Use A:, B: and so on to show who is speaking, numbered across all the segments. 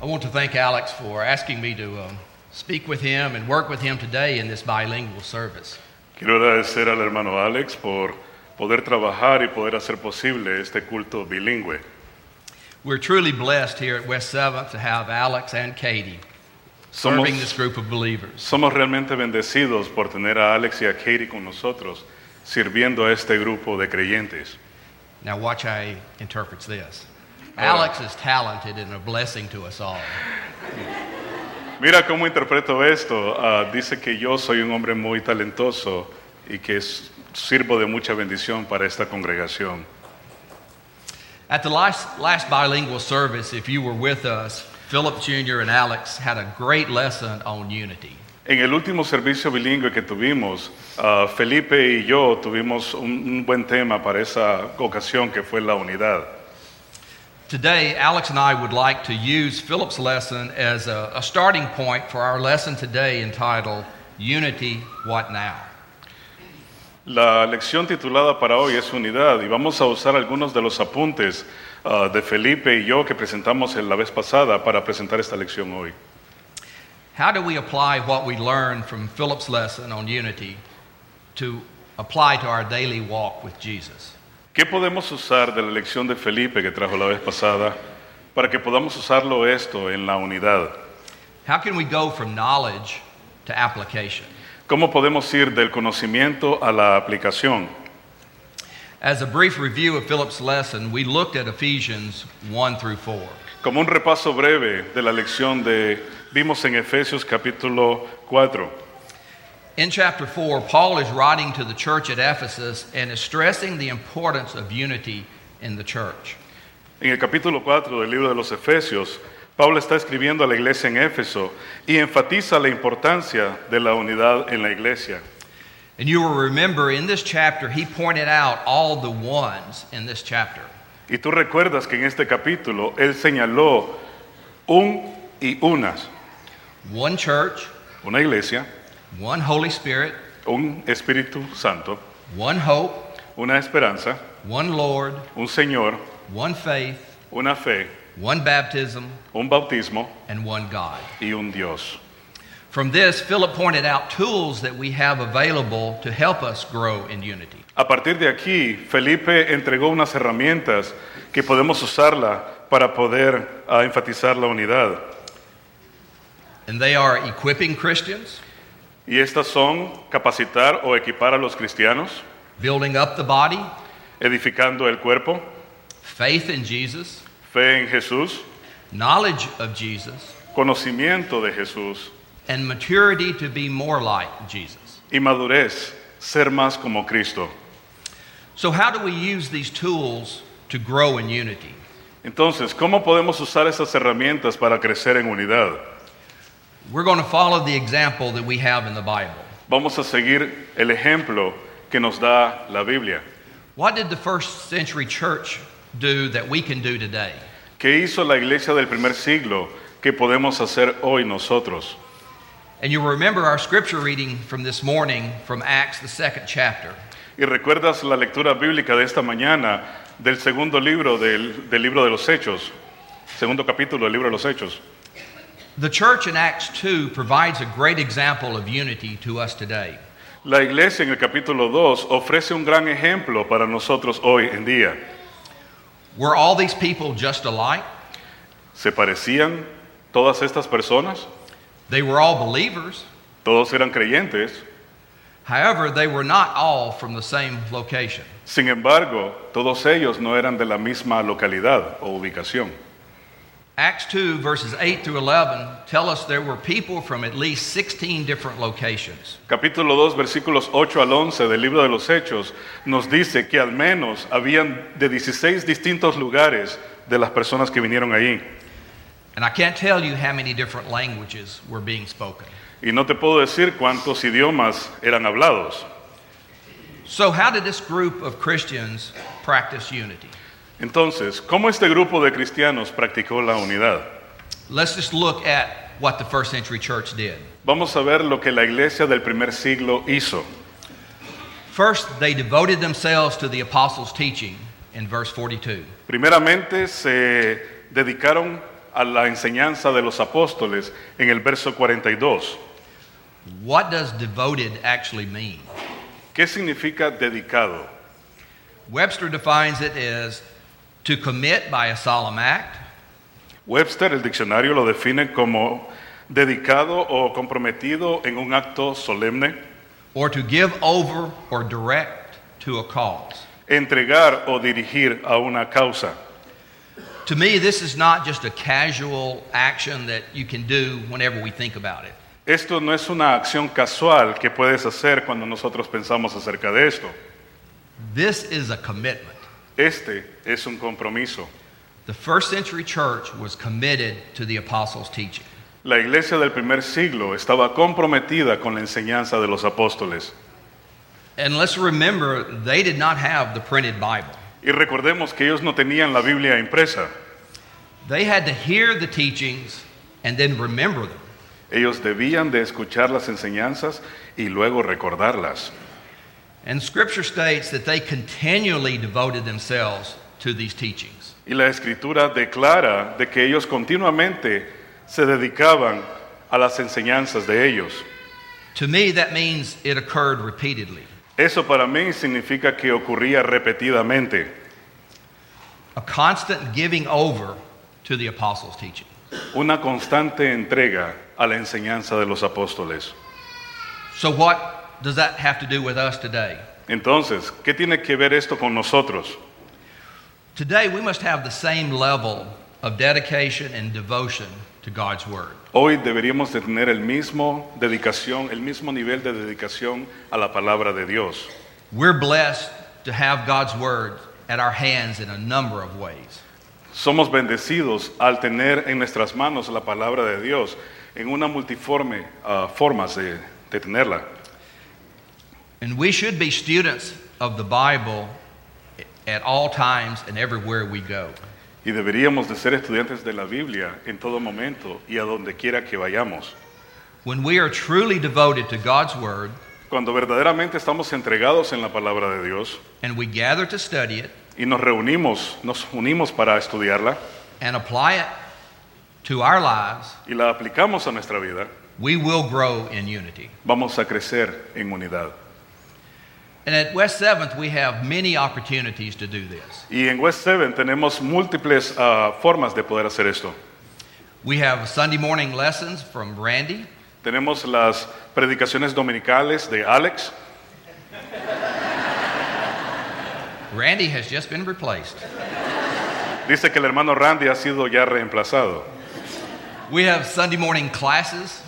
A: I want to thank Alex for asking me to um, speak with him and work with him today in this bilingual service.
B: Quiero agradecer al hermano Alex por poder trabajar y poder hacer posible este culto bilingüe.
A: We're truly blessed here at West 7th to have Alex and Katie serving
B: Somos-
A: this group of believers.
B: Somos realmente bendecidos por tener a Alex y a Katie con nosotros, sirviendo a este grupo de creyentes.
A: Now, watch how he interprets this. Alex is talented and a blessing to us all.
B: Mira cómo interpreto esto. Ah, dice que yo soy un hombre muy talentoso y que s- sirvo de mucha bendición para esta congregación.
A: At the last, last bilingual service, if you were with us, Philip Jr. and Alex had a great lesson on unity.
B: En el último servicio bilingüe que tuvimos, ah, Felipe y yo tuvimos un, un buen tema para esa ocasión que fue la unidad.
A: Today, Alex and I would like to use Philip's lesson as a, a starting point for our lesson today entitled Unity What Now?
B: La lección titulada para hoy es Unidad y vamos a usar algunos de los apuntes ah, de Felipe y yo que presentamos en la vez pasada para presentar esta lección hoy.
A: How do we apply what we learned from Philip's lesson on unity to apply to our daily walk with Jesus?
B: ¿Qué podemos usar de la lección de Felipe que trajo la vez pasada para que podamos usarlo esto en la unidad?
A: How can we go from knowledge to application?
B: ¿Cómo podemos ir del conocimiento a la aplicación?
A: As a brief review of Philip's lesson, we looked at Ephesians 1 through 4.
B: Como un repaso breve de la lección de vimos en Efesios capítulo 4.
A: In chapter 4, Paul is writing to the church at Ephesus and is stressing the importance of unity in the church.
B: En el capítulo 4 del libro de los Efesios, Pablo está escribiendo a la iglesia en Éfeso y enfatiza la importancia de la unidad en la iglesia.
A: And you will remember in this chapter, he pointed out all the ones in this chapter.
B: Y tú recuerdas que en este capítulo él señaló un y unas,
A: One church,
B: una iglesia,
A: one Holy Spirit,
B: un Espíritu Santo,
A: one hope,
B: una esperanza,
A: one Lord,
B: un Señor,
A: one faith,
B: una fe,
A: one baptism,
B: un bautismo
A: and one God.
B: y un Dios.
A: From this, Philip pointed out tools that we have available to help us grow in unity.
B: A partir de aquí, Felipe entregó unas herramientas que podemos usarla para poder ah, enfatizar la unidad.
A: And they are equipping Christians,
B: Y estas son capacitar o equipar a los cristianos,
A: building up the body,
B: edificando el cuerpo,
A: faith in Jesus,
B: fe en Jesús,
A: knowledge of Jesus,
B: conocimiento de Jesús
A: and maturity to be more like Jesus.
B: y madurez, ser más como Cristo.
A: So, how do we use these tools to grow in unity?
B: Entonces, ¿cómo podemos usar estas herramientas para crecer en unidad?
A: We're going to follow the example that we have in the Bible.
B: Vamos a seguir el ejemplo que nos da la Biblia.
A: What did the first century church do that we can do today?
B: ¿Qué hizo la iglesia del primer siglo que podemos hacer hoy nosotros?
A: And you'll remember our scripture reading from this morning from Acts, the second chapter.
B: Y recuerdas la lectura bíblica de esta mañana del segundo libro del, del libro de los Hechos, segundo capítulo del libro de los Hechos.
A: The church in Acts 2 provides a great example of unity to us today.
B: La iglesia en el capítulo 2 ofrece un gran ejemplo para nosotros hoy en día.
A: Were all these people just alike?
B: ¿Se parecían todas estas personas?
A: They were all believers.
B: Todos eran creyentes.
A: However, they were not all from the same location.
B: Sin embargo, todos ellos no eran de la misma localidad o ubicación.
A: Acts 2, verses 8 through 11, tell us there were people from at least 16 different locations.
B: Capítulo 2, versículos 8 al 11 del libro de los Hechos nos dice que al menos habían de 16 distintos lugares de las personas que vinieron allí.
A: And I can't tell you how many different languages were being spoken.
B: Y no te puedo decir cuántos idiomas eran hablados.
A: So, how did this group of Christians practice unity?
B: Entonces, ¿cómo este grupo de cristianos practicó la unidad?
A: Let's just look at what the first century church did.
B: Vamos a ver lo que la iglesia del primer siglo hizo.
A: First, they devoted themselves to the apostles' teaching in verse 42.
B: Primeramente, se dedicaron a la enseñanza de los apóstoles en el verso 42.
A: What does devoted actually mean?
B: ¿Qué significa dedicado?
A: Webster defines it as to commit by a solemn act,
B: Webster, el diccionario, lo define como dedicado o comprometido en un acto solemne,
A: or to give over or direct to a cause.
B: entregar o dirigir a una causa.
A: To me, this is not just a casual action that you can do whenever we think about it.
B: Esto no es una acción casual que puedes hacer cuando nosotros pensamos acerca de esto.
A: This is a commitment.
B: Este es un compromiso.
A: The first century church was committed to the apostles' teaching.
B: La iglesia del primer siglo estaba comprometida con la enseñanza de los apóstoles.
A: And let's remember, they did not have the printed Bible.
B: Y recordemos que ellos no tenían la Biblia impresa.
A: They had to hear the teachings and then remember them.
B: Ellos debían de escuchar las enseñanzas y luego recordarlas.
A: And scripture states that they continually devoted themselves to these teachings.
B: Y la escritura declara de que ellos continuamente se dedicaban a las enseñanzas de ellos.
A: To me, that means it occurred repeatedly.
B: Eso para mí significa que ocurría repetidamente,
A: a constant giving over to the apostles' teaching.
B: una constante entrega a la enseñanza de los apóstoles.
A: So, what does that have to do with us today?
B: Entonces, ¿qué tiene que ver esto con nosotros?
A: Today, we must have the same level of dedication and devotion to God's Word.
B: Hoy deberíamos de tener el mismo dedicación, el mismo nivel de dedicación a la palabra de Dios.
A: We're blessed to have God's Word at our hands in a number of ways.
B: Somos bendecidos al tener en nuestras manos la palabra de Dios en una multiforme ah, formas de, de tenerla.
A: And we should be students of the Bible at all times and everywhere we go.
B: Y deberíamos de ser estudiantes de la Biblia en todo momento y a donde quiera que vayamos.
A: When we are truly devoted to God's Word
B: Cuando verdaderamente estamos entregados en la palabra de Dios
A: and we gather to study it
B: y nos reunimos, nos unimos para estudiarla
A: and apply it to our lives,
B: y la aplicamos a nuestra vida,
A: we will grow in unity.
B: vamos a crecer en unidad.
A: And at West 7th, we have many opportunities to do this.
B: Y en West Seven tenemos múltiples ah, formas de poder hacer esto.
A: We have Sunday morning lessons from Randy.
B: Tenemos las predicaciones dominicales de Alex.
A: Randy has just been replaced.
B: Dice que el hermano Randy ha sido ya reemplazado.
A: We have Sunday morning classes,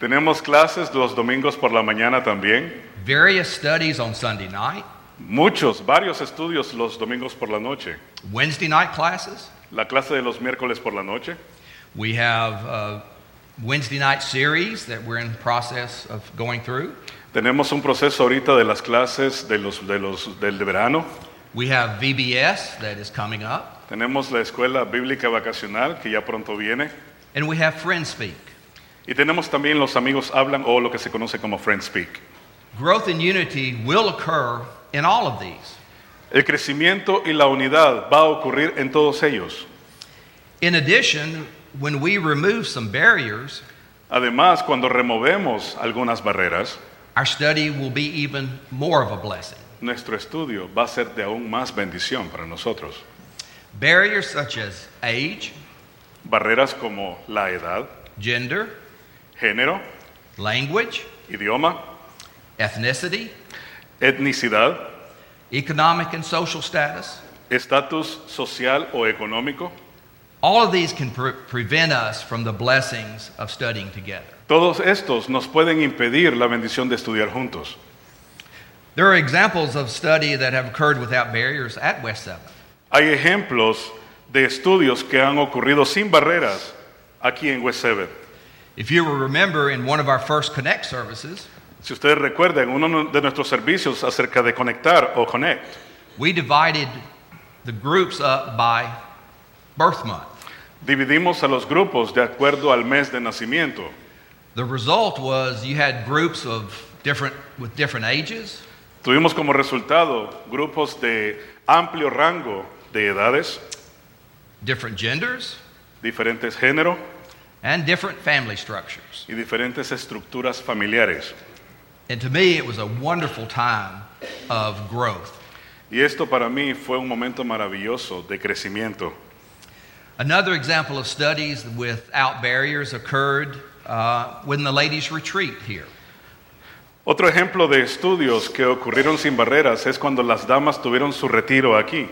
B: Tenemos clases los domingos por la mañana también.
A: various studies on Sunday night,
B: Muchos, varios estudios los domingos por la noche.
A: Wednesday night classes.
B: La clase de los miércoles por la noche.
A: We have uh, Wednesday night series that we're in process of going through.
B: Tenemos un proceso ahorita de las clases de los, de los, del de verano.
A: We have VBS that is coming up,
B: Tenemos la escuela bíblica vacacional que ya pronto viene.
A: and we have Friend Speak.
B: Y tenemos también los amigos hablan o lo que se conoce como Friend Speak.
A: Growth and unity will occur in all of these.
B: El crecimiento y la unidad va a ocurrir en todos ellos.
A: In addition, when we remove some barriers,
B: Además, cuando removemos algunas barreras,
A: our study will be even more of a blessing.
B: nuestro estudio va a ser de aún más bendición para nosotros.
A: Barriers such as age,
B: Barreras como la edad,
A: gender,
B: género,
A: language,
B: idioma,
A: ethnicity,
B: etnicidad,
A: economic and social status,
B: estatus social o económico,
A: all of these can pre- prevent us from the blessings of studying together.
B: todos estos nos pueden impedir la bendición de estudiar juntos.
A: There are examples of study that have occurred without barriers at West 7.
B: Hay ejemplos de estudios que han ocurrido sin barreras aquí en West Seven.
A: If you will remember in one of our first Connect services,
B: Si ustedes recuerdan, uno de nuestros servicios acerca de conectar o connect,
A: we divided the groups up by birth month.
B: dividimos a los grupos de acuerdo al mes de nacimiento.
A: The result was you had groups of different with different ages,
B: Tuvimos como resultado grupos de amplio rango de edades,
A: different genders,
B: diferentes géneros
A: and different family structures.
B: y diferentes estructuras familiares.
A: And to me, it was a wonderful time of growth.
B: Y esto para mí fue un momento maravilloso de crecimiento.
A: Another example of studies without barriers occurred uh, when the ladies' retreat here.
B: Otro ejemplo de estudios que ocurrieron sin barreras es cuando las damas tuvieron su retiro aquí.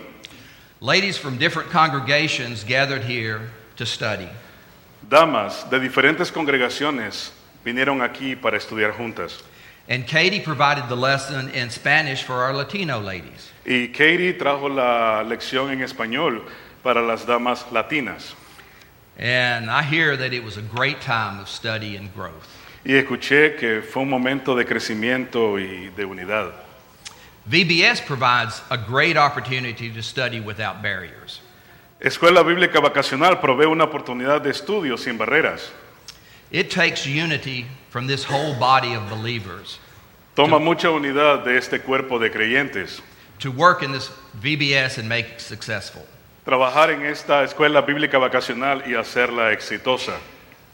A: Ladies from different congregations gathered here to study.
B: Damas de diferentes congregaciones vinieron aquí para estudiar juntas.
A: And Katie provided the lesson in Spanish for our Latino ladies.
B: Y Katie trajo la lección en español para las damas latinas.
A: And I hear that it was a great time of study and growth.
B: Y escuché que fue un momento de crecimiento y de unidad.
A: VBS provides a great opportunity to study without barriers.
B: Escuela Bíblica Vacacional provee una oportunidad de estudio sin barreras.
A: It takes unity from this whole body of believers
B: Toma mucha unidad de este cuerpo de creyentes.
A: to work in this VBS and make it successful.
B: Trabajar en esta escuela bíblica vacacional y hacerla exitosa.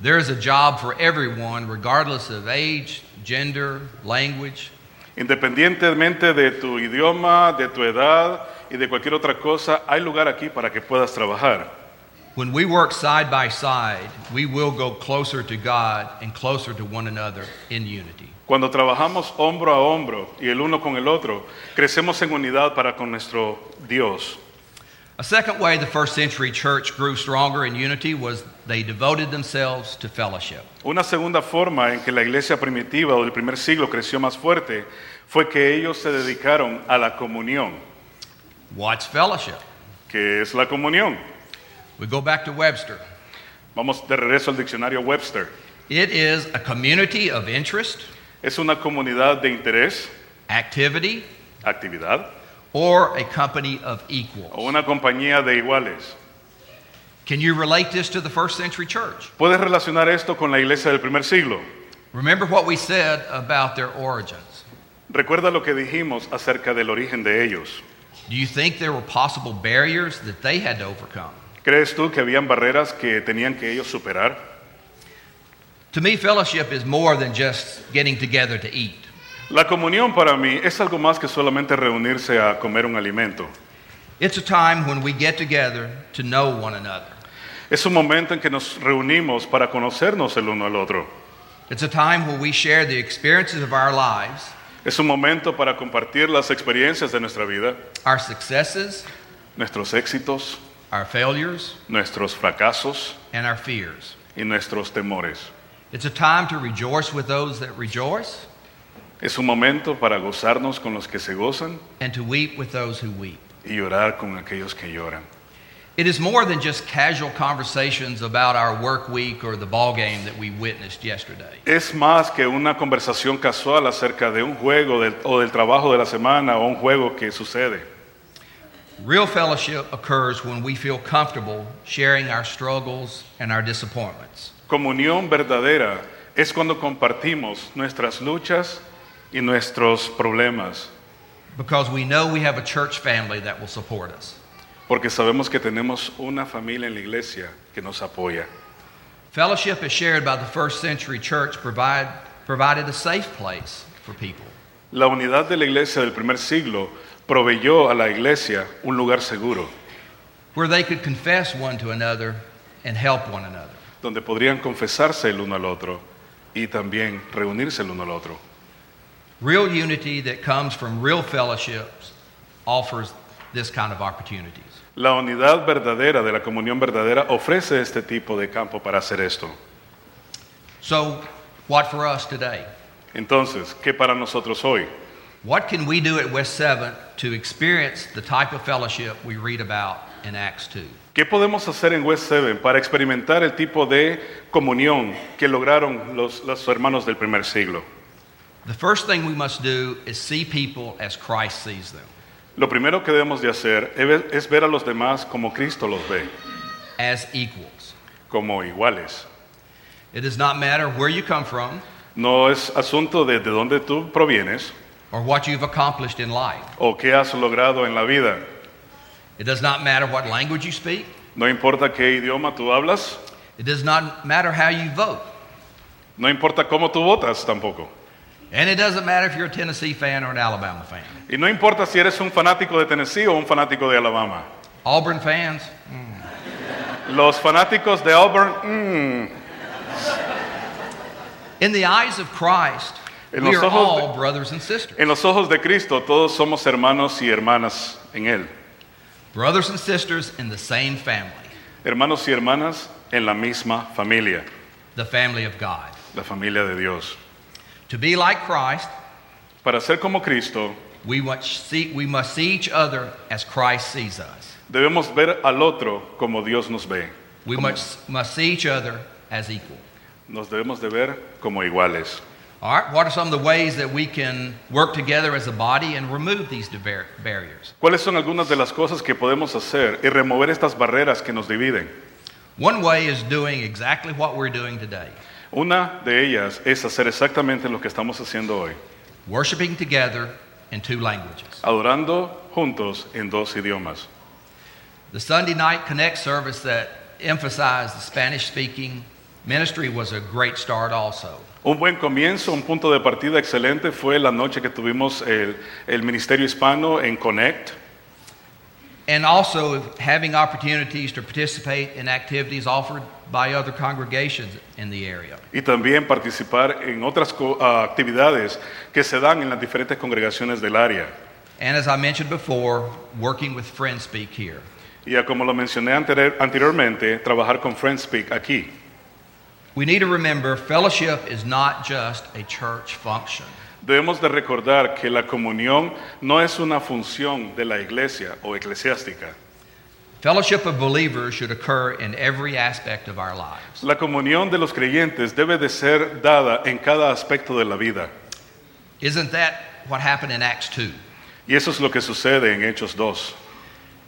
A: There is a job for everyone, regardless of age, gender, language.
B: Independientemente de tu idioma, de tu edad y de cualquier otra cosa, hay lugar aquí para que puedas trabajar.
A: When we work side by side, we will go closer to God and closer to one another in unity.
B: Cuando trabajamos hombro a hombro y el uno con el otro, crecemos en unidad para con nuestro Dios.
A: A second way the first century church grew stronger in unity was they devoted themselves to fellowship.
B: Una segunda forma en que la iglesia primitiva o del primer siglo creció más fuerte fue que ellos se dedicaron a la comunión.
A: What's fellowship?
B: ¿Qué es la comunión?
A: We go back to Webster.
B: Vamos de regreso al diccionario Webster.
A: It is a community of interest,
B: Es una comunidad de interés,
A: activity,
B: actividad
A: or a company of
B: o
A: equals.
B: una compañía de iguales.
A: Can you relate this to the first century church?
B: Puedes relacionar esto con la iglesia del primer siglo.
A: Remember what we said about their origins.
B: Recuerda lo que dijimos acerca del origen de ellos.
A: Do you think there were possible barriers that they had to overcome?
B: ¿Crees tú que habían barreras que tenían que ellos superar?
A: To me, fellowship is more than just getting together to eat.
B: La comunión para mí es algo más que solamente reunirse a comer un alimento.
A: It's a time when we get together to know one another.
B: Es un momento en que nos reunimos para conocernos el uno al otro.
A: It's a time where we share the experiences of our lives,
B: Es un momento para compartir las experiencias de nuestra vida,
A: our successes,
B: nuestros éxitos,
A: our failures,
B: nuestros fracasos
A: and our fears.
B: y nuestros temores.
A: It's a time to rejoice with those that rejoice
B: Es un momento para gozarnos con los que se gozan
A: and to weep with those who weep.
B: y llorar con aquellos que lloran.
A: It is more than just casual conversations about our work week or the ball game that we witnessed yesterday.
B: Es más que una conversación casual acerca de un juego del- o del trabajo de la semana o un juego que sucede.
A: Real fellowship occurs when we feel comfortable sharing our struggles and our disappointments.
B: Comunión verdadera es cuando compartimos nuestras luchas y nuestros problemas,
A: because we know we have a church family that will support us.
B: porque sabemos que tenemos una familia en la iglesia que nos apoya.
A: Fellowship as shared by the first century church provide, provided a safe place for people.
B: La unidad de la iglesia del primer siglo proveyó a la iglesia un lugar seguro,
A: where they could confess one to another and help one another.
B: donde podrían confesarse el uno al otro y también reunirse el uno al otro.
A: Real unity that comes from real fellowships offers this kind of opportunities.
B: La unidad verdadera de la comunión verdadera ofrece este tipo de campo para hacer esto.
A: So, what for us today?
B: Entonces, ¿qué para nosotros hoy?
A: What can we do at West 7th to experience the type of fellowship we read about in Acts 2?
B: ¿Qué podemos hacer en West Seven para experimentar el tipo de comunión que lograron los, los hermanos del primer siglo?
A: The first thing we must do is see people as Christ sees them,
B: Lo primero que debemos de hacer es- es ver a los demás como Cristo los ve,
A: as equals.
B: como iguales.
A: It does not matter where you come from
B: No es asunto de, de dónde tú provienes
A: or what you've accomplished in life.
B: o qué has logrado en la vida.
A: It does not matter what language you speak
B: No importa qué idioma tú hablas,
A: It does not matter how you vote.
B: no importa cómo tú votas tampoco.
A: And it doesn't matter if you're a Tennessee fan or an Alabama fan.
B: Y no importa si eres un fanático de Tennessee o un fanático de Alabama.
A: Auburn fans,
B: Los fanáticos de Auburn, mm,
A: in the eyes of Christ,
B: En
A: we
B: los
A: are
B: ojos de-
A: all brothers and sisters.
B: en los ojos de Cristo todos somos hermanos y hermanas en Él.
A: Brothers and sisters in the same family,
B: Hermanos y hermanas en la misma familia,
A: the family of God.
B: la familia de Dios.
A: To be like Christ,
B: Para ser como Cristo,
A: we must see, we must see each other as Christ sees us.
B: debemos ver al otro como Dios nos ve.
A: We must, must see each other as equal.
B: Nos debemos de ver como iguales.
A: All right, what are some of the ways that we can work together as a body and remove these debar- barriers?
B: ¿Cuáles son algunas de las cosas que podemos hacer y remover estas barreras que nos dividen?
A: One way is doing exactly what we're doing today
B: Una de ellas es hacer exactamente lo que estamos haciendo hoy,
A: worshiping together in two languages.
B: adorando juntos en dos idiomas.
A: The Sunday night Connect service that emphasized the Spanish speaking ministry was a great start, also.
B: Un buen comienzo, un punto de partida excelente fue la noche que tuvimos el, el Ministerio Hispano en Connect
A: And also having opportunities to participate in activities offered by other congregations in the area.
B: y también participar en otras co- ah, actividades que se dan en las diferentes congregaciones del área.
A: And as I mentioned before, working with Friends Speak here.
B: Y ya como lo mencioné anterior- anteriormente, trabajar con Friendspeak aquí.
A: We need to remember fellowship is not just a church function.
B: Debemos de recordar que la comunión no es una función de la iglesia o eclesiástica.
A: Fellowship of believers should occur in every aspect of our lives.
B: La comunión de los creyentes debe de ser dada en cada aspecto de la vida.
A: Isn't that what happened in Acts 2?
B: Y eso es lo que sucede en Hechos 2.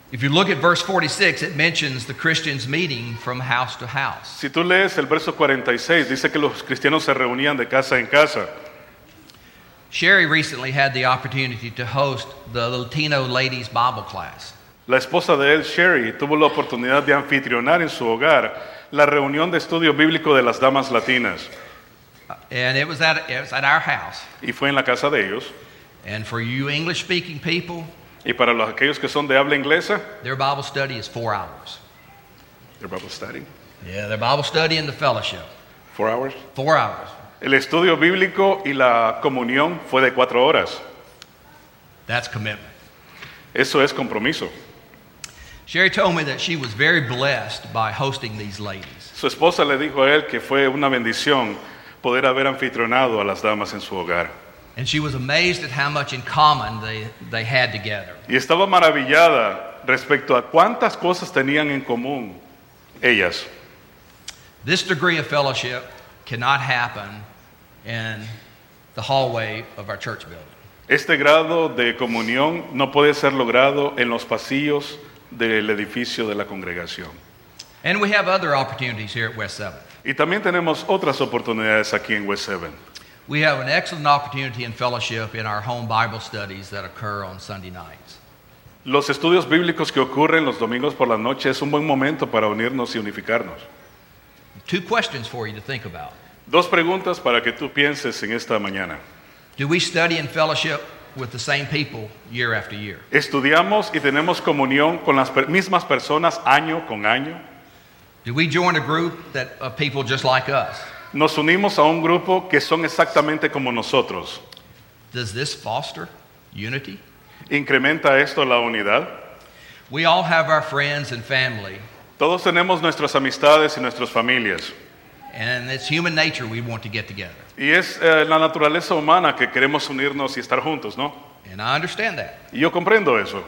A: If you look at verse 46, it mentions the Christians meeting from house to house.
B: Si tú lees el verso 46, dice que los cristianos se reunían de casa en casa.
A: Sherry recently had the opportunity to host the Latino Ladies Bible class.
B: La esposa de él, Sherry, tuvo la oportunidad de anfitrionar en su hogar la reunión de estudio bíblico de las damas latinas.
A: And it was at, it was at our house.
B: Y fue en la casa de ellos.
A: And for you English speaking people,
B: Y para los, aquellos que son de habla inglesa,
A: their Bible study is four hours.
B: their Bible study,
A: Yeah, their Bible study and the fellowship,
B: four hours.
A: four hours.
B: El estudio bíblico y la comunión fue de cuatro horas.
A: That's commitment.
B: Eso es compromiso.
A: Sherry told me that she was very blessed by hosting these ladies.
B: Su esposa le dijo a él que fue una bendición poder haber anfitrionado a las damas en su hogar.
A: And she was amazed at how much in common they, they had together.
B: Y estaba maravillada respecto a cuántas cosas tenían en común ellas.
A: This degree of fellowship cannot happen in the hallway of our church building.
B: Este grado de comunión no puede ser logrado en los pasillos del edificio de la congregación.
A: And we have other opportunities here at West 7th.
B: Y también tenemos otras oportunidades aquí en West Seven.
A: We have an excellent opportunity in fellowship in our home Bible studies that occur on Sunday nights.
B: Los estudios bíblicos que ocurren los domingos por la noche es un buen momento para unirnos y unificarnos.
A: Two questions for you to think about.
B: Dos preguntas para que tú pienses en esta mañana.
A: Do we study in fellowship with the same people year after year?
B: ¿Estudiamos y tenemos comunión con las per- mismas personas año con año?
A: Do we join a group that, of people just like us?
B: ¿Nos unimos a un grupo que son exactamente como nosotros?
A: Does this foster unity?
B: ¿Incrementa esto la unidad?
A: We all have our friends and family,
B: Todos tenemos nuestras amistades y nuestras familias.
A: and it's human nature we want to get together.
B: Y es eh, la naturaleza humana que queremos unirnos y estar juntos, ¿no?
A: And I understand that.
B: Y yo comprendo eso.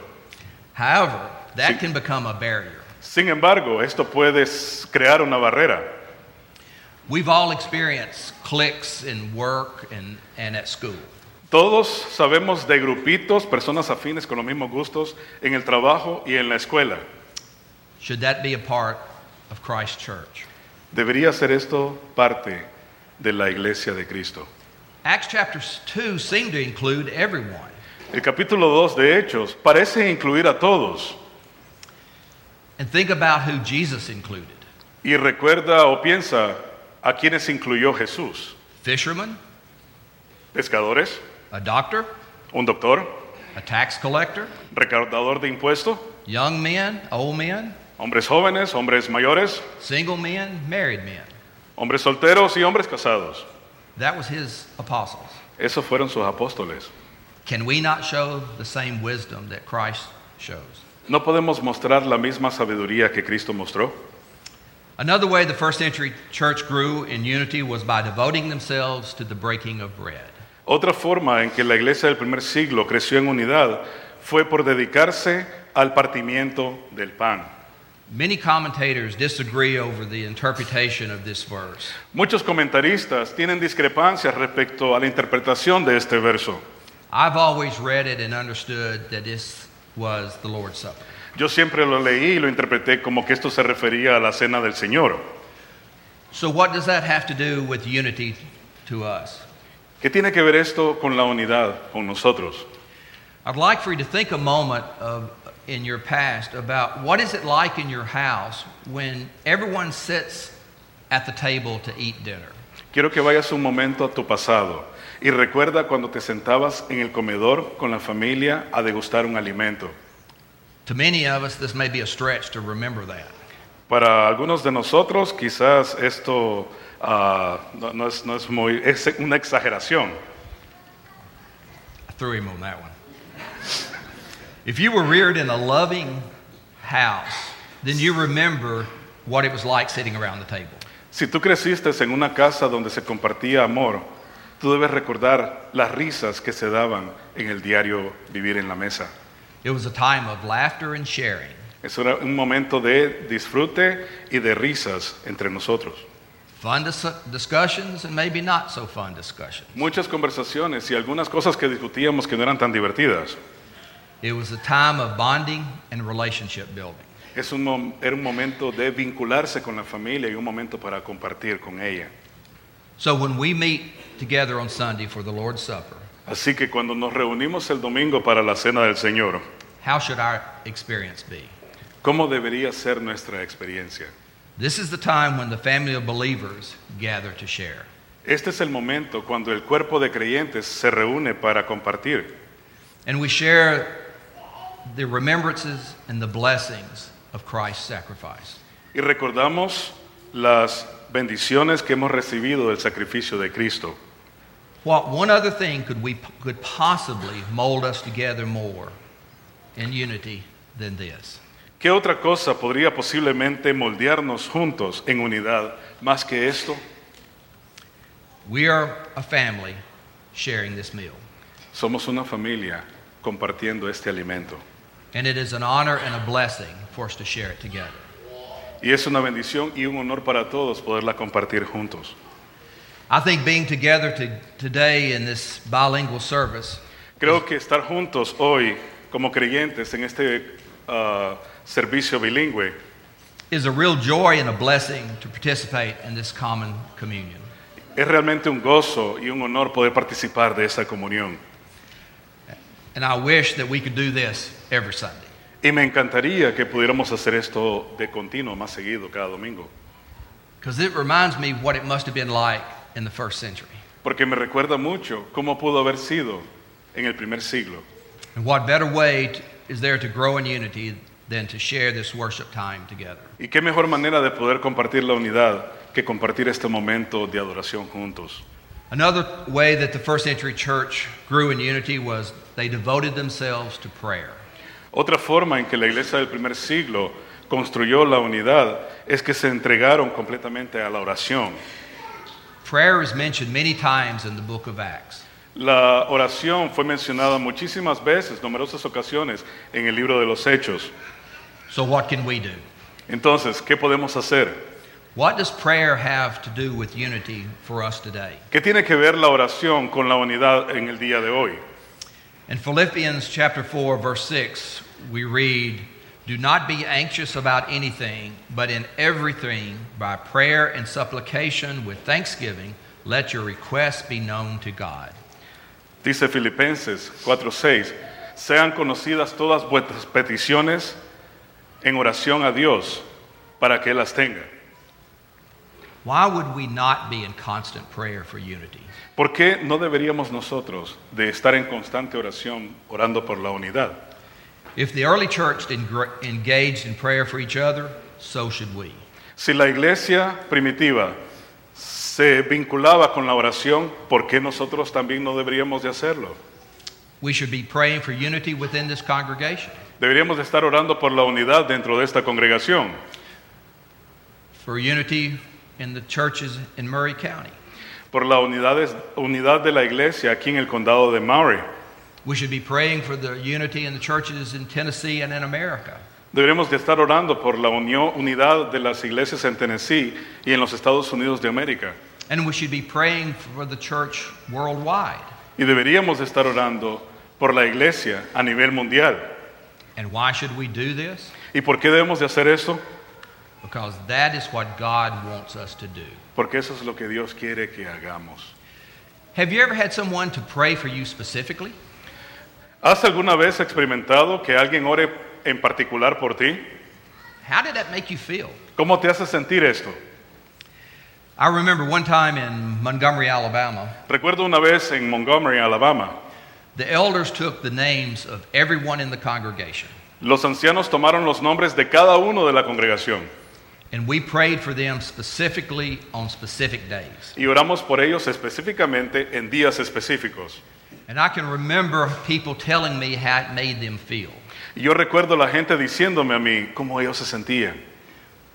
A: However, that
B: Sí.
A: can become a barrier.
B: Sin embargo, esto puede s- crear una barrera.
A: We've all experienced cliques in work and, and at school.
B: Todos sabemos de grupitos, personas afines con los mismos gustos, en el trabajo y en la escuela.
A: Should that be a part of Christ's church?
B: Debería ser esto parte de la iglesia de Cristo.
A: Acts chapter 2 seemed to include everyone.
B: El capítulo 2 de Hechos parece incluir a todos.
A: and think about who Jesus included
B: Y recuerda o piensa a quienes incluyó Jesús.
A: fisherman,
B: Pescadores,
A: a doctor,
B: un doctor,
A: a tax collector,
B: recaudador de impuestos,
A: young men, old men,
B: hombres jóvenes, hombres mayores,
A: single men, married men.
B: hombres solteros y hombres casados.
A: That was his apostles.
B: Esos fueron sus apóstoles.
A: Can we not show the same wisdom that Christ shows?
B: ¿No podemos mostrar la misma sabiduría que Cristo mostró?
A: Another way the first century church grew in unity was by devoting themselves to the breaking of bread.
B: Otra forma en que la iglesia del primer siglo creció en unidad fue por dedicarse al partimiento del pan.
A: Many commentators disagree over the interpretation of this verse.
B: Muchos comentaristas tienen discrepancias respecto a la interpretación de este verso.
A: I've always read it and understood that this was the Lord's Supper.
B: Yo siempre lo leí y lo interpreté como que esto se refería a la cena del Señor.
A: So, what does that have to do with unity to us?
B: ¿Qué tiene que ver esto con la unidad, con nosotros?
A: I'd like for you to think a moment of, in your past about what is it like in your house when everyone sits at the table to eat dinner.
B: Quiero que vayas un momento a tu pasado y recuerda cuando te sentabas en el comedor con la familia a degustar un alimento.
A: To many of us, this may be a stretch to remember that.
B: Para algunos de nosotros quizás esto ah, no, no es, no es muy, es una exageración.
A: I threw him on that one. if you were reared in a loving house, then you remember what it was like sitting around the table.
B: Si tú creciste en una casa donde se compartía amor, tú debes recordar las risas que se daban en el diario vivir en la mesa.
A: It was a time of laughter and sharing.
B: Es una- un momento de disfrute y de risas entre nosotros.
A: Fun dis- discussions and maybe not so fun discussions.
B: Muchas conversaciones y algunas cosas que discutíamos que no eran tan divertidas.
A: It was a time of bonding and relationship building.
B: Es un mom- era un momento de vincularse con la familia y un momento para compartir con ella.
A: So when we meet together on Sunday for the Lord's Supper,
B: Así que cuando nos reunimos el domingo para la cena del Señor,
A: how should our experience be?
B: ¿cómo debería ser nuestra experiencia?
A: This is the time when the family of believers gather to share.
B: Este es el momento cuando el cuerpo de creyentes se reúne para compartir
A: And we share the remembrances and the blessings of Christ's sacrifice.
B: y recordamos las bendiciones que hemos recibido del sacrificio de Cristo.
A: What one other thing could we could possibly mold us together more in unity than this?
B: ¿Qué otra cosa podría posiblemente moldearnos juntos en unidad más que esto?
A: We are a family sharing this meal.
B: Somos una familia compartiendo este alimento.
A: And it is an honor and a blessing for us to share it together.
B: Y es una bendición y un honor para todos poderla compartir juntos.
A: I think being together to, today in this bilingual service
B: Creo que estar juntos hoy como creyentes en este ah, servicio bilingüe
A: is a real joy and a blessing to participate in this common communion.
B: es realmente un gozo y un honor poder participar de esa comunión.
A: And I wish that we could do this every Sunday.
B: Y me encantaría que pudiéramos hacer esto de continuo, más seguido, cada domingo.
A: Because it reminds me what it must have been like in the first century
B: Porque me recuerda mucho cómo pudo haber sido en el primer siglo.
A: and what better way t is there to grow in unity than to share this worship time together.
B: Y qué mejor manera de poder compartir la unidad que compartir este momento de adoración juntos.
A: Another way that the first century church grew in unity was they devoted themselves to prayer.
B: Otra forma en que la iglesia del primer siglo construyó la unidad es que se entregaron completamente a la oración.
A: Prayer is mentioned many times in the book of Acts.
B: La oración fue mencionada muchísimas veces, numerosas ocasiones, en el libro de los Hechos.
A: So, what can we do?
B: Entonces, ¿qué podemos hacer?
A: What does prayer have to do with unity for us today?
B: ¿Qué tiene que ver la oración con la unidad en el día de hoy?
A: In Philippians chapter 4 verse 6, we read, "Do not be anxious about anything, but in everything by prayer and supplication with thanksgiving let your requests be known to God."
B: Dice Filipenses 4:6, sean conocidas todas vuestras peticiones en oración a Dios para que Él las tenga.
A: Why would we not be in constant prayer for unity?
B: ¿Por qué no deberíamos nosotros de estar en constante oración orando por la unidad?
A: If the early church didn't gr- engaged in prayer for each other, so should we.
B: Si la iglesia primitiva se vinculaba con la oración, ¿por qué nosotros también no deberíamos de hacerlo?
A: We should be praying for unity within this congregation,
B: Deberíamos de estar orando por la unidad dentro de esta congregación,
A: for unity in the churches in Murray County.
B: por la unidades- unidad de la iglesia aquí en el condado de Maury.
A: We should be praying for the unity in the churches in Tennessee and in America.
B: Deberemos de estar orando por la unión, unidad de las iglesias en Tennessee y en los Estados Unidos de América.
A: And we should be praying for the church worldwide.
B: Y deberíamos de estar orando por la iglesia a nivel mundial.
A: And why should we do this?
B: ¿Y por qué debemos de hacer eso?
A: Because that is what God wants us to do.
B: Porque eso es lo que Dios quiere que hagamos.
A: Have you ever had someone to pray for you specifically?
B: ¿Has alguna vez experimentado que alguien ore en particular por ti?
A: How did that make you feel?
B: ¿Cómo te hace sentir esto?
A: I remember one time in Montgomery, Alabama,
B: Recuerdo una vez en Montgomery, Alabama,
A: the elders took the names of everyone in the congregation,
B: los ancianos tomaron los nombres de cada uno de la congregación
A: and we prayed for them specifically on specific days.
B: y oramos por ellos específicamente en días específicos.
A: And I can remember people telling me how it made them feel
B: Y yo recuerdo la gente diciéndome a mí cómo ellos se sentían,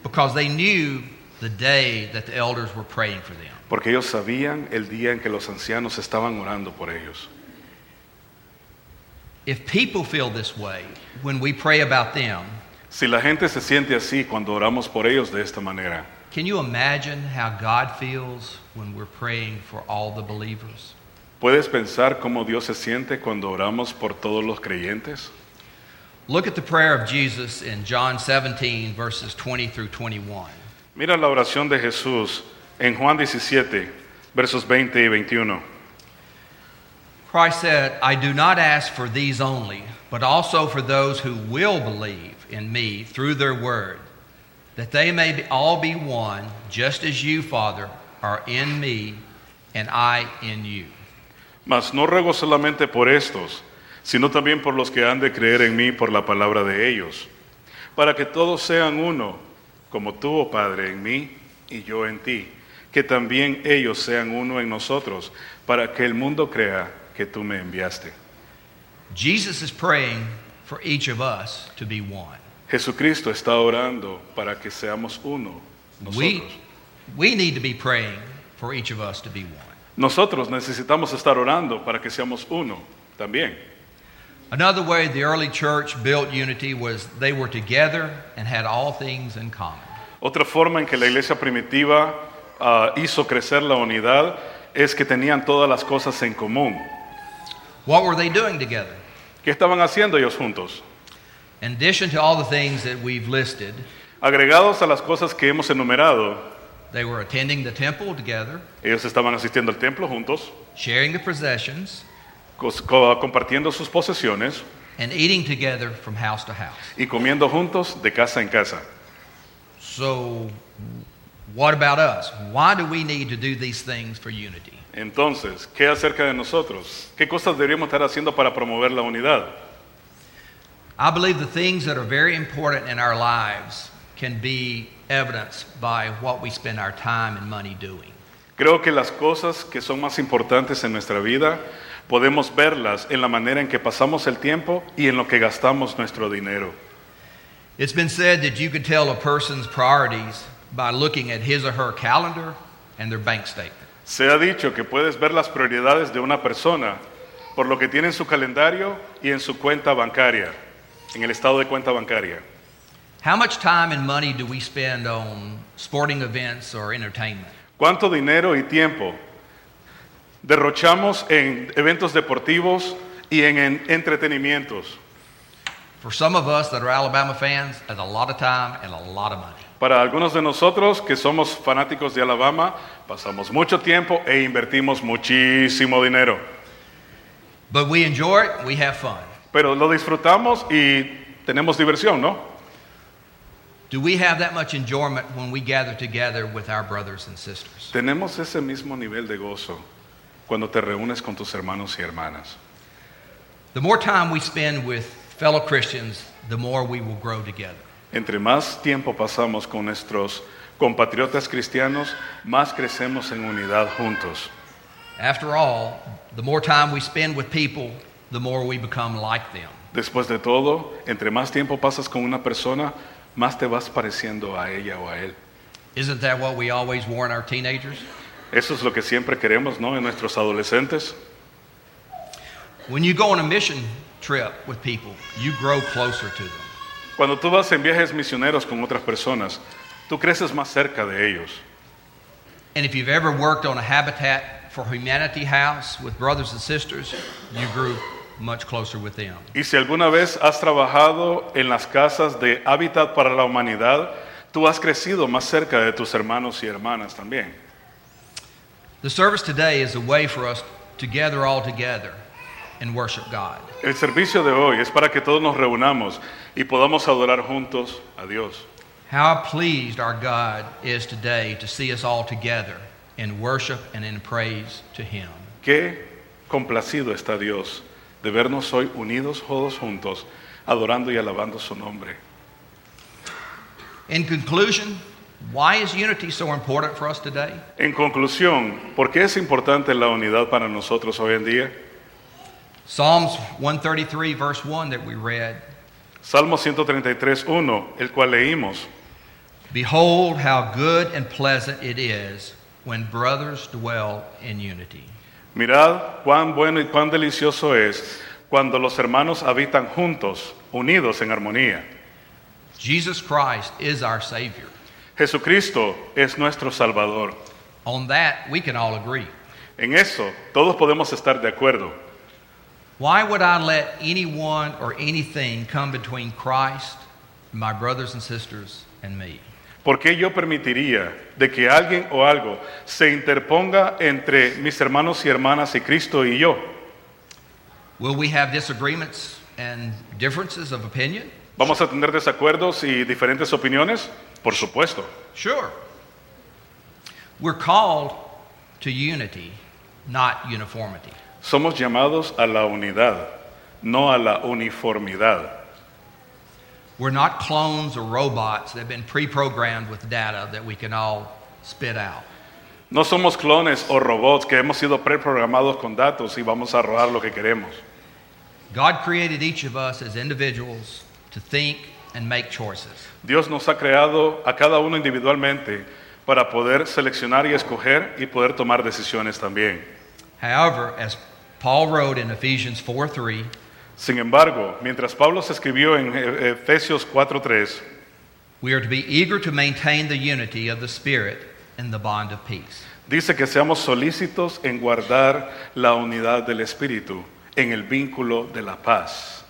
A: because they knew the day that the elders were praying for them.
B: porque ellos sabían el día en que los ancianos estaban orando por ellos.
A: If people feel this way when we pray about them,
B: Si la gente se siente así cuando oramos por ellos de esta manera,
A: can you imagine how God feels when we're praying for all the believers?
B: ¿puedes pensar cómo Dios se siente cuando oramos por todos los creyentes?
A: Look at the prayer of Jesus in John 17, verses 20 through 21.
B: Mira la oración de Jesús en Juan 17, versos 20 y 21.
A: Christ said, I do not ask for these only, but also for those who will believe in me through their word, that they may be, all be one, just as you, Father, are in me and I in you.
B: Mas no ruego solamente por estos, sino también por los que han de creer en mí por la palabra de ellos, para que todos sean uno, como tú, oh Padre, en mí y yo en ti, que también ellos sean uno en nosotros, para que el mundo crea que tú me enviaste.
A: Jesus is praying for each of us to be one.
B: Jesucristo está orando para que seamos uno
A: We,
B: nosotros.
A: we need to be praying for each of us to be one.
B: Nosotros necesitamos estar orando para que seamos uno también.
A: Another way the early church built unity was they were together and had all things in common.
B: Otra forma en que la iglesia primitiva ah, hizo crecer la unidad es que tenían todas las cosas en común.
A: What were they doing together?
B: ¿Qué estaban haciendo ellos juntos?
A: In addition to all the things that we've listed,
B: Agregados a las cosas que hemos enumerado,
A: they were attending the temple together,
B: ellos estaban asistiendo al templo juntos,
A: sharing the possessions,
B: cos- co- compartiendo sus posesiones
A: and eating together from house to house.
B: y comiendo juntos de casa en casa.
A: So, what about us? Why do we need to do these things for unity?
B: Entonces, ¿qué acerca de nosotros? ¿Qué cosas deberíamos estar haciendo para promover la unidad?
A: I believe the things that are very important in our lives can be evidenced by what we spend our time and money doing.
B: Creo que las cosas que son más importantes en nuestra vida podemos verlas en la manera en que pasamos el tiempo y en lo que gastamos nuestro dinero.
A: It's been said that you could tell a person's priorities by looking at his or her calendar and their bank statement.
B: Se ha dicho que puedes ver las prioridades de una persona por lo que tiene en su calendario y en su cuenta bancaria, en el estado de cuenta bancaria.
A: How much time and money do we spend on sporting events or entertainment?
B: ¿Cuánto dinero y tiempo derrochamos en eventos deportivos y en, en entretenimientos?
A: For some of us that are Alabama fans, that's a lot of time and a lot of money.
B: Para algunos de nosotros que somos fanáticos de Alabama, pasamos mucho tiempo e invertimos muchísimo dinero,
A: But we enjoy it, we have fun.
B: pero lo disfrutamos y tenemos diversión, ¿no?
A: Do we have that much enjoyment when we gather together with our brothers and sisters?
B: Tenemos ese mismo nivel de gozo cuando te reúnes con tus hermanos y hermanas.
A: The more time we spend with fellow Christians, the more we will grow together.
B: Entre más tiempo pasamos con nuestros compatriotas cristianos, más crecemos en unidad juntos.
A: After all, the more time we spend with people, the more we become like them.
B: Después de todo, entre más tiempo pasas con una persona, más te vas pareciendo a ella o a él.
A: Isn't that what we always warn our teenagers?
B: Eso es lo que siempre queremos, ¿no? En nuestros adolescentes.
A: When you go on a mission trip with people, you grow closer to them.
B: Cuando tú vas en viajes misioneros con otras personas, tú creces más cerca de ellos.
A: And if you've ever worked on a Habitat for Humanity house with brothers and sisters, you grew much closer with them.
B: Y si alguna vez has trabajado en las casas de Hábitat para la Humanidad, tú has crecido más cerca de tus hermanos y hermanas también.
A: The service today is a way for us to gather all together and worship God.
B: El servicio de hoy es para que todos nos reunamos y podamos adorar juntos a Dios.
A: How pleased our God is today to see us all together in worship and in praise to Him.
B: Qué complacido está Dios de vernos hoy unidos todos juntos, adorando y alabando su nombre.
A: In conclusion, why is unity so important for us today?
B: En conclusión, ¿por qué es importante la unidad para nosotros hoy en día?
A: Psalms 133, verse 1 that we read
B: Salmo 133.1, el cual leímos.
A: Behold, how good and pleasant it is when brothers dwell in unity.
B: Mirad cuán bueno y cuán delicioso es cuando los hermanos habitan juntos, unidos en armonía.
A: Jesus Christ is our Savior.
B: Jesucristo es nuestro Salvador.
A: On that, we can all agree.
B: En eso todos podemos estar de acuerdo.
A: Why would I let anyone or anything come between Christ, my brothers and sisters, and me?
B: ¿Por qué yo permitiría de que alguien o algo se interponga entre mis hermanos y hermanas y Cristo y yo?
A: Will we have disagreements and differences of opinion?
B: ¿Vamos a tener desacuerdos y diferentes opiniones? Por supuesto.
A: Sure. We're called to unity, not uniformity.
B: Somos llamados a la unidad, no a la uniformidad.
A: We're not clones or robots that have been pre programmed with data that we can all spit out.
B: No somos clones o robots que hemos sido preprogramados con datos y vamos a robar lo que queremos.
A: God created each of us as individuals to think and make choices.
B: Dios nos ha creado a cada uno individualmente para poder seleccionar y escoger y poder tomar decisiones también.
A: However, as Paul wrote in Ephesians 4 3,
B: Sin embargo, mientras Pablo se escribió en eh, Efesios 4:3,
A: we are to be eager to maintain the unity of the Spirit in the bond of peace.
B: dice que seamos solícitos en guardar la unidad del Espíritu en el vínculo de la paz.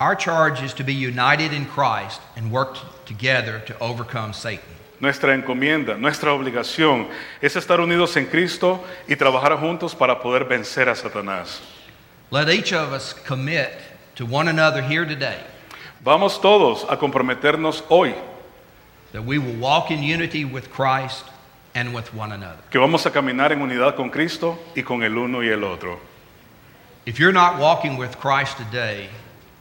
A: Our charge is to be united in Christ and work t- together to overcome Satan.
B: Nuestra encomienda, nuestra obligación es estar unidos en Cristo y trabajar juntos para poder vencer a Satanás.
A: Let each of us commit to one another here today
B: Vamos todos a comprometernos hoy
A: that we will walk in unity with Christ and with one another.
B: que vamos a caminar en unidad con Cristo y con el uno y el otro.
A: If you're not walking with Christ today,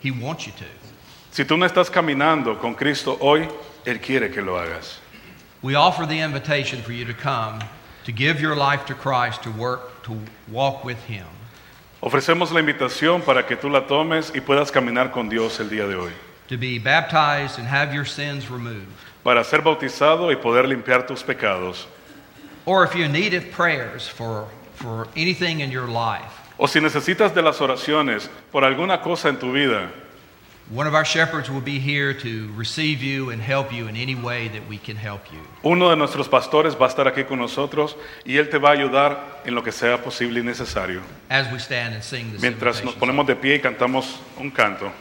A: He wants you to.
B: Si tú no estás caminando con Cristo hoy, Él quiere que lo hagas.
A: We offer the invitation for you to come, to give your life to Christ, to work, to walk with Him.
B: Ofrecemos la invitación para que tú la tomes y puedas caminar con Dios el día de hoy,
A: to be baptized and have your sins removed.
B: para ser bautizado y poder limpiar tus pecados.
A: Or if you need of prayers for, for anything in your life,
B: O si necesitas de las oraciones por alguna cosa en tu vida,
A: one of our shepherds will be here to receive you and help you in any way that we can help you.
B: uno de nuestros pastores va a estar aquí con nosotros y él te va a ayudar en lo que sea posible y necesario.
A: As we stand and sing this
B: Mientras
A: invitation
B: nos
A: song.
B: ponemos de pie y cantamos un canto.